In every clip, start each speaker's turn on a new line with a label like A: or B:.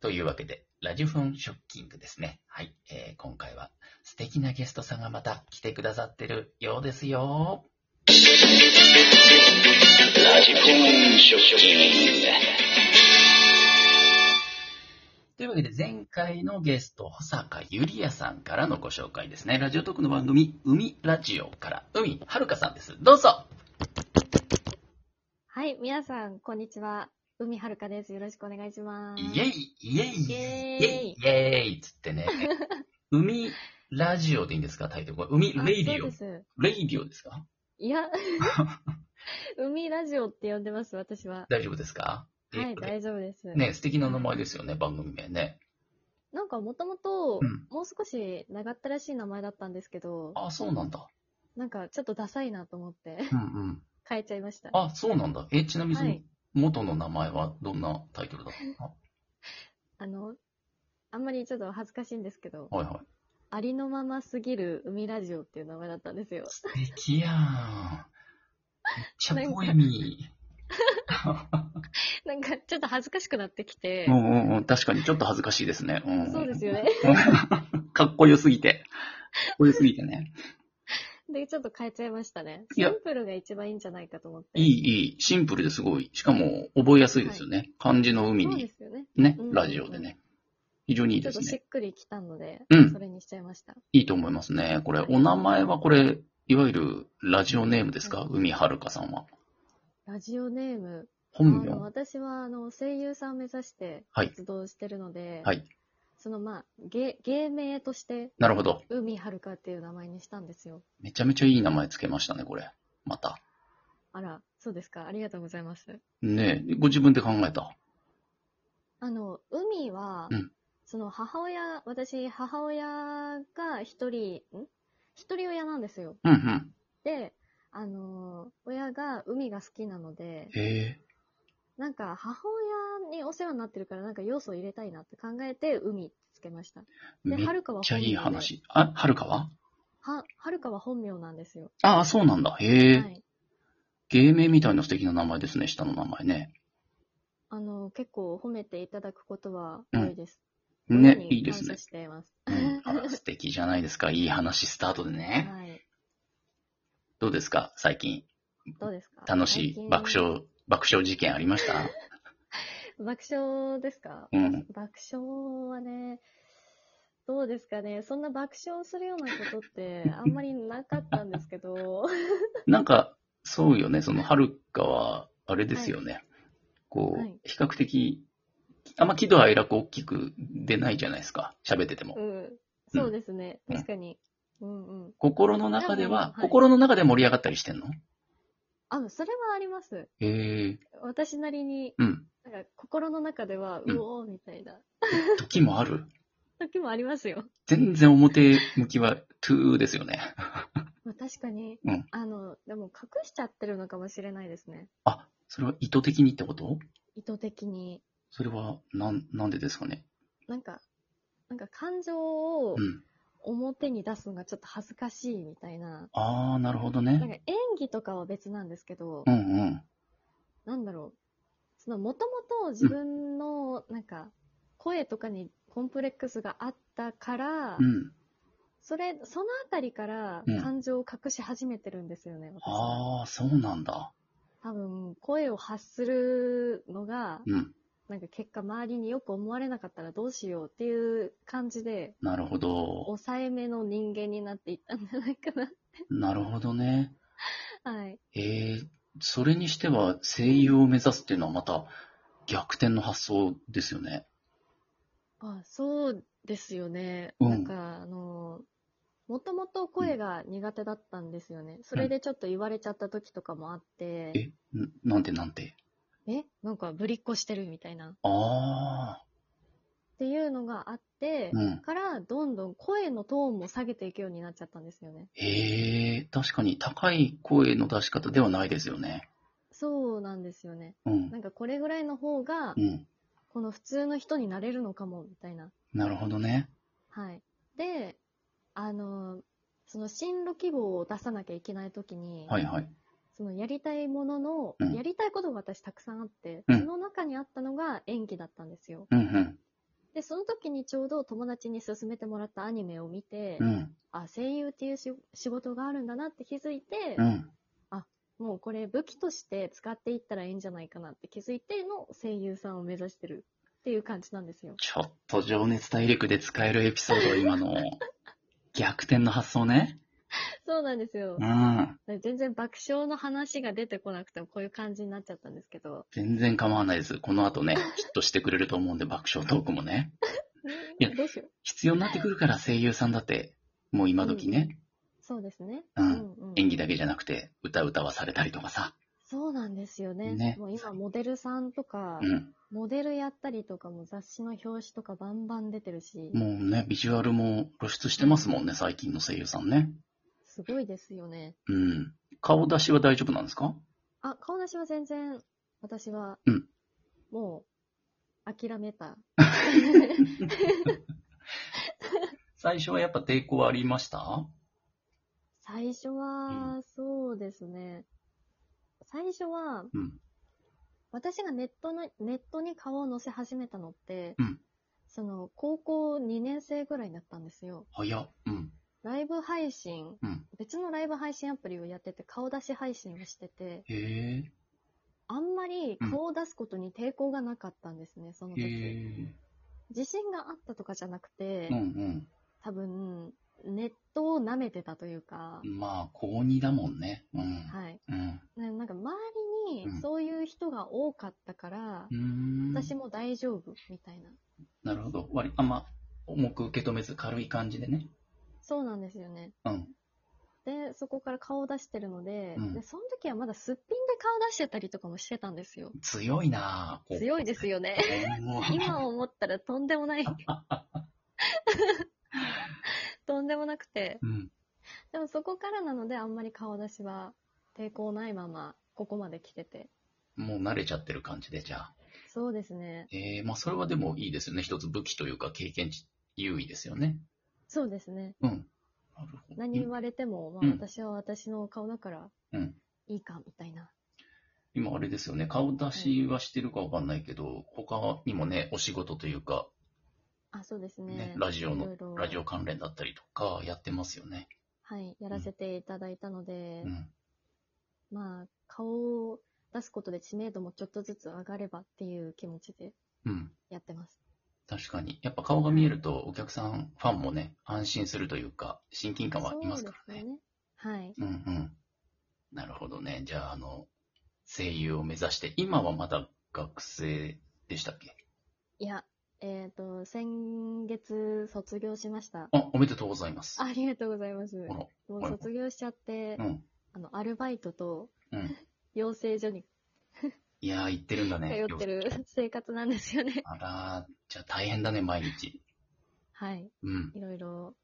A: というわけで、ラジフォンショッキングですね。はい、えー今回は素敵なゲストさんがまた来てくださってるようですよ。
B: ラジコンショッキング。
A: というわけで、前回のゲスト、保坂ゆりやさんからのご紹介ですね。ラジオトークの番組、海ラジオから、海はるかさんです。どうぞ
C: はい、皆さん、こんにちは。海はるかです。よろしくお願いします。
A: イェイイェイ
C: イエ
A: イ
C: ーイ
A: ェイイェイつってね。海ラジオでいいんですかタイトル。これ海
C: あ
A: レイディ
C: そう
A: オ
C: で。す。
A: レイディオですか
C: いや、海ラジオって呼んでます、私は。
A: 大丈夫ですか
C: はい、
A: え
C: 大丈夫です。
A: ね、素敵な名前ですよね、番組名ね。
C: なんかもともと
A: う、ん。
C: もう少し長ったらしい名前だったんですけど、
A: あ、そうなんだ。
C: なんかちょっとダサいなと思って
A: うんうん。
C: 変えちゃいました。
A: あ、そうなんだ。え、ちなみ
C: はい
A: に、元の名前はどんなタイトルだったのか
C: あの、あんまりちょっと恥ずかしいんですけど、
A: はいはい。
C: ありのまますぎる海ラジオっていう名前だったんですよ。
A: 素敵やん。めっちゃポエミ
C: なんかちょっと恥ずかしくなってきて
A: ー。う、んうんうん。確かにちょっと恥ずかしいですね。うん、
C: そうですよね。
A: かっこよすぎて。かっこよすぎてね。
C: で、ちょっと変えちゃいましたね。
A: い
C: シ
A: や
C: ンプルが一番いいんじゃないかと思って。
A: いい、いい。シンプルですごい。しかも、覚えやすいですよね。漢字の海
C: そうで
A: に、
C: すよね。
A: ね
C: うんうんう、ん
A: ラジオでね。非常にいい
C: ち
A: で
C: ょっ
A: す
C: とし
A: ね。
C: っくりきたので、
A: うん
C: それにしちゃいました。
A: いいと思いますね。これ、お名前はこれ、いわゆるラジオネームですか海はるかさんは。
C: ラジオネーム。あ
A: 本名
C: の私はあの声優さんを目指して
A: はい
C: 活動してるので、
A: はい
C: そのまあ芸芸名として
A: なるほど。
C: 海はるかっていう名前にしたんですよ。
A: めちゃめちゃいい名前つけましたね、これ。また。
C: あら、そうですか。ありがとうございます。
A: ねえ、ご自分で考えた。
C: あの、海は、
A: うん
C: その母親、私母親が一人、ん一人親なんですよ。
A: うんうん。
C: で、あの親が海が好きなので、
A: へえ。
C: なんか母親にお世話になってるからなんか要素を入れたいなって考えて海つけました。で、
A: めっ
C: はるかは
A: ちゃ
C: 本名で
A: いい話。あ、はるかは
C: は、はるかは本名なんですよ。
A: ああ、そうなんだ。へえ、
C: はい。
A: 芸名みたいな素敵な名前ですね、下の名前ね。
C: あの、結構褒めていただくことは多いです。
A: ね
C: 本、人に
A: いいですね
C: 感謝。しています。
A: うん、あら素敵じゃないですか。いい話スタートでね。
C: はい。
A: どうですか最近。
C: どうですか
A: 楽し
C: 最
A: い
C: 近
A: 爆笑、爆笑事件ありました
C: 爆笑ですか
A: うん。
C: 爆笑はね、どうですかね。そんな爆笑するようなことってあんまりなかったんですけど、
A: なんか、そうよね。その、はるかは、あれですよね。こう、
C: はい
A: 比較的、あんま喜怒哀楽大きく出ないじゃないですか。喋ってても。
C: うん。そうですね。
A: うん
C: 確かに。うんうん。
A: 心の中では、
C: はい
A: 心の中で盛り上がったりしてんの
C: あ、それはあります。
A: へえ
C: 私なりに、
A: うん。
C: なんか心の中では、
A: うん
C: うおーみたいな
A: 時もある。
C: 時もありますよ。
A: 全然表向きは、トゥーですよね。
C: まあ、確かに、
A: うん
C: あの、でも隠しちゃってるのかもしれないですね。
A: あ、それは意図的にってこと
C: 意図的に。
A: それは、なん、なんでですかね。
C: なんか、なんか感情を
A: うん。
C: 表に出すのがちょっと恥ずかしいみたいな。
A: あー、なるほど
C: なん
A: ね。
C: か演技とかは別なんですけど、
A: うんうん。
C: なんだろう。その、もともと自分の、なんか、声とかにコンプレックスがあったから、
A: うん。
C: それ、そのあたりから
A: うん
C: 感情を隠し始めてるんですよね、私は。
A: あー、そうなんだ。
C: 多分、声を発するのが、
A: うん。
C: なんか結果周りによく思われなかったらどうしようっていう感じで、
A: なるほど。
C: 抑えめの人間になっていったんじゃないかな。
A: なるほどね。
C: はい。
A: えー、それにしては声優を目指すっていうのはまた逆転の発想ですよね。
C: あ、そうですよね。
A: うん
C: なんか、あの、もともと声が苦手だったんですよね。それでちょっと言われちゃった時とかもあって、
A: え、んなんてなんて。
C: え、なんかぶりっこしてるみたいな。っ
A: あ
C: ていうのがあって
A: ー、、うん。
C: から、どんどん声のトーンも下げていくようになっちゃったんですよね。
A: へえー、確かに高い声の出し方ではないですよね。
C: そうなんですよね。
A: うん
C: な。んかこれぐらいの方が
A: う、ん。
C: この普通の人になれるのかも、みたいな。
A: なるほどね。
C: はい。で、あの、その進路希望を出さなきゃいけないときに、
A: はいはい。
C: そのやりたいものの、
A: うん
C: やりたいことが私たくさんあって、
A: うん
C: その中にあったのが演技だったんですよ。
A: うんうん。
C: で、その時にちょうど友達に勧めてもらったアニメを見て、
A: うん。
C: あ、声優っていうし仕事があるんだなって気づいて、
A: うん。
C: もうこれ武器として使っていったらいいんじゃないかなって気づいての声優さんを目指してるっていう感じなんですよ。
A: ちょっと情熱大陸で使えるエピソード、今の。逆転の発想ね。
C: そうなんですよ
A: う。ん。
C: 全然爆笑の話が出てこなくてもこういう感じになっちゃったんですけど。
A: 全然構わないです。この後ね、きっとしてくれると思うんで、爆笑トークもね。いや
C: どうしよう。
A: 必要になってくるから声優さんだって、もう今時ね、
C: そうですね。
A: うん
C: うん
A: 演技だけじゃなくて、歌歌わされたりとかさ。
C: そうなんですよね。
A: ね
C: もう今モデルさんとか、
A: うん。
C: モデルやったりとかも雑誌の表紙とかバンバン出てるし、
A: もうね、ビジュアルも露出してますもんね、最近の声優さんね。
C: すごいですよね。
A: うん。顔出しは大丈夫なんですか
C: あ、顔出しは全然、私は
A: うん、
C: もう、諦めた。
A: 最初はやっぱ抵抗はありました
C: 最初は、そうですね。最初は、
A: うん。
C: 私がネットの、ネットに顔を載せ始めたのって、
A: うん
C: その、高校2年生ぐらいだったんですよ。
A: 早っ。うん。
C: ライブ配信、
A: うん
C: 別のライブ配信アプリをやってて、顔出し配信をしてて、
A: へえ。
C: あんまり顔を出すことに抵抗がなかったんですね、その
A: へ
C: 時。
A: え。
C: 自信があったとかじゃなくて、
A: うん
C: 多分、ネットを舐めてたというか
A: う、ん。まあ、高2だもんね。うん。
C: はい。
A: うん。
C: ななんか周り
A: うん
C: にそういう人が多かったから
A: う、ーん。
C: 私も大丈夫みたいな。
A: なるほど。割り、あんま重く受け止めず軽い感じでね。
C: そうなんですよね。
A: うん。
C: で、そこから顔を出してるので、
A: うん
C: でその時はまだすっぴんで顔出してたりとかもしてたんですよ。
A: 強いなぁ。
C: 強いですよね。
A: もう
C: 今思ったらとんでもない。とんでもなくて。
A: うん。
C: でもそこからなのであんまり顔出しは抵抗ないままここまで来てて。
A: もう慣れちゃってる感じで、じゃあ。
C: そうですね。
A: えー、まあそれはでもいいですよね。一つ武器というか経験値優位ですよね。
C: そうですね。
A: うん。なるほど。
C: 何言われても、ま
A: う
C: あ
A: ん
C: 私は私の顔だから
A: うん。
C: いいかみたいな。
A: 今あれですよね。顔出しはしてるかわかんないけど、他にもね、お仕事というか、
C: あ、そうです
A: ね
C: ね。
A: ラジオ
C: いろ
A: の
C: いろ、
A: ラジオ関連だったりとかやってますよね。
C: はい、やらせていただいたので、
A: うん。
C: まあ顔を出すことで知名度もちょっとずつ上がればっていう気持ちで
A: うん。
C: やってます。
A: 確かに。やっぱ顔が見えるとお客さん、ファンもね、安心するというか、親近感はありますからね。
C: そうですよね。はい。
A: うんうん。なるほどね。じゃあ、あの、声優を目指して、今はまだ学生でしたっけ
C: いや、えっ、と、先月卒業しました。
A: あ、おめでとうございます。
C: ありがとうございます。
A: あら
C: もう
A: はい
C: 卒業しちゃって、
A: うん。
C: あの、アルバイトと
A: うん。
C: 養成所に
A: いやー、行ってるんだ
C: 通
A: ね。
C: ってる生活なんですよね。
A: あらー、じゃあ大変だね、毎日。
C: はい。
A: うん。
C: いろいろ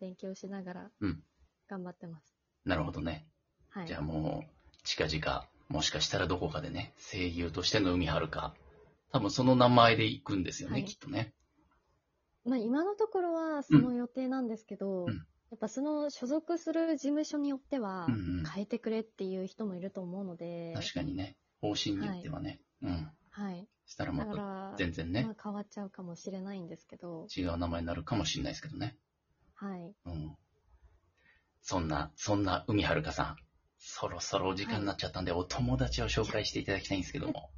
C: 勉強しながら
A: うん、
C: 頑張ってます。
A: なるほどね。
C: はい
A: じゃ。あもう、近々、もしかしたらどこかでね、声優としての海はるか、多分その名前で行くんですよね、
C: はい
A: きっとね。
C: まあ、今のところはその予定なんですけど、
A: うん
C: やっぱその所属する事務所によっては
A: うんうん、
C: 変えてくれっていう人もいると思うので、
A: 確かにね、方針によってはね。うん。
C: はい。
A: したらま
C: だから
A: た、、全然ね
C: ま、あ、変わっちゃうかもしれないんですけど、
A: 違う名前になるかもしれないですけどね。
C: はい。
A: うんそんな、そんな海はるかさん、そろそろお時間になっちゃったんで、お友達を紹介していただきたいんですけど も、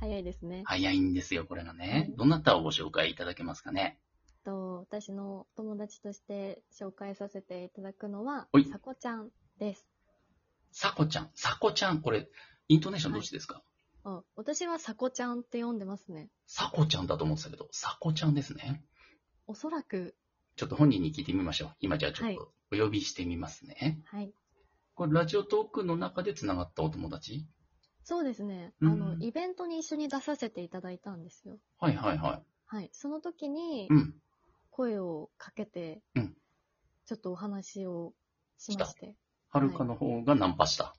C: 早いですね。
A: 早いんですよ、これがね
C: う。ん
A: どなたをご紹介いただけますかね。
C: と私の友達として紹介させていただくのは
A: はい、
C: さこちゃんです。
A: さこちゃん、さこちゃん、これ、イントネーションどっちですか
C: あ私はさこちゃんって呼んでますね。
A: さこちゃんだと思ってたけど、さこちゃんですね。
C: おそらく、
A: ちょっと本人に聞いてみましょう。今じゃあちょっ
C: はい
A: とお呼びしてみますね。
C: はい。
A: これ、ラジオトークの中で繋がったお友達
C: そうですね。あ
A: うん
C: の、イベントに一緒に出させていただいたんですよ。
A: はいはいは
C: はい。その時に
A: い。うん。
C: 声をかけて、
A: うん
C: ちょっとお話をしまして、
A: はるかの方がナンパした。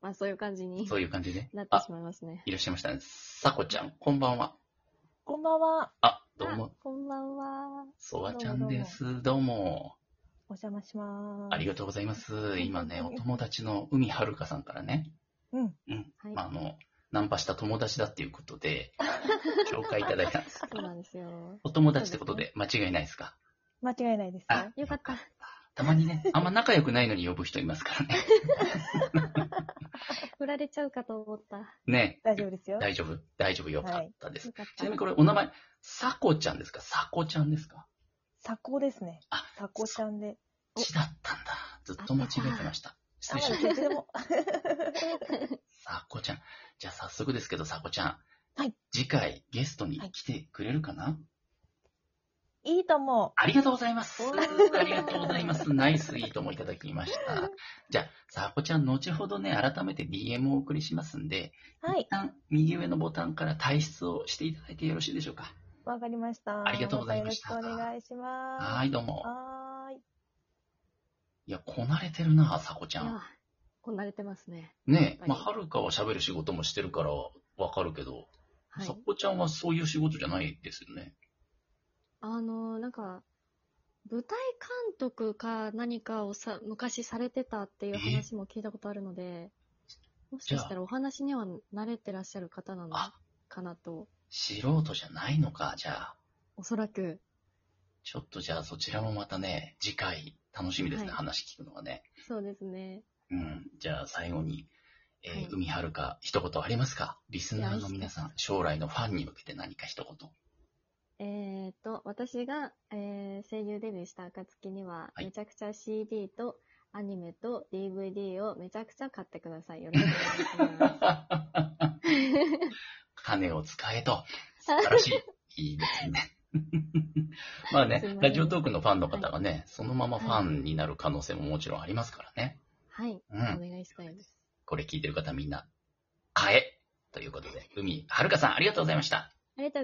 C: まあそういう感じに
A: そういう感じで。
C: なって
A: あ
C: し、まいますね。
A: いらっしゃいましたね。さこちゃん、こんばんは。
D: こんばんは。
A: あ、どうも
D: あ、こんばんは。
A: そわちゃんです。どうも。
D: お邪魔します。
A: ありがとうございます。今ね、お友達の海はるかさんからね、
D: うん。
A: うん、
C: はい。
A: まああの、ナンパした友達だっていうことで、紹介いただい たんです。
C: そうなんですよ。
A: お友達ってことで間違いないですか
D: 間違いないですね。
C: よかった。
A: たまにね、あんま仲良くないのに呼ぶ人いますからね。
C: 振られちゃうかと思った。
A: ね
D: 大丈夫ですよ。
A: 大丈夫大丈夫よかったです。
C: よかっ
A: ち
C: た
A: な みに。これお名前、サコちゃんですかサコちゃんですか
D: サコですね
A: あ。
D: サコちゃんで。
C: お
A: ちだったんだ。ずっと間違えてました。失
D: あ、
A: 礼しました。
D: どっちでも。
A: サコちゃん。じゃあ早速ですけど、サコちゃん。
D: はい
A: 次回ゲストに来てくれるかな、
D: いいとも。
A: ありがとうございます。
C: おー
A: ありがとうございます。ナイスいいともいただきました。じゃあ、さこちゃん、後ほどね、改めて DM をお送りしますんで、
D: は
A: 一
D: い。
A: 旦右上のボタンから退出をしていただいてよろしいでしょうか。
D: わかりました。
A: ありがとうございました
D: よろしくお願いします。
A: はーい、どうも。
D: はーい。
A: いや、こなれてるな、さこち
C: い
A: ゃん
C: や。、こなれてますね。
A: ねえ、
C: はい
A: まあ、はるかは喋る仕事もしてるからわかるけど、
C: はい
A: さ。こちゃんはそういう仕事じゃないですよね。
C: あの、なんか、舞台監督か何かをさ昔されてたっていう話も聞いたことあるので、もしかしたらお話には慣れてらっしゃる方なの
A: あ
C: かなと、
A: 素人じゃないのか、じゃあ。
C: おそらく。
A: ちょっとじゃあそちらもまたね、次回楽しみですね、
C: はい
A: 話聞くのはね。
C: そうですね。
A: うん。じゃあ最後に、えー
C: はい
A: 海はるか、一言ありますかリスナーの皆さ
C: い
A: ん、将来のファンに向けて何か一 言。
C: えっと、私が、えー声優デビューした暁には、
A: はい
C: めちゃくちゃ CD とアニメと DVD をめちゃくちゃ買ってください。よろしくお願いします。
A: 金を使えと。素晴らしい。いいです ね。まあ
C: すい
A: ね
C: ま、せん
A: ラジオトークのファンの方がね、そのままファンになる可能性ももちろんありますからね。
C: はい、
A: うん
C: お願いしたいです。
A: これ聞いてる方みんな、買えということで、海はるかさん、ありがとうございました。
C: ありがとうございます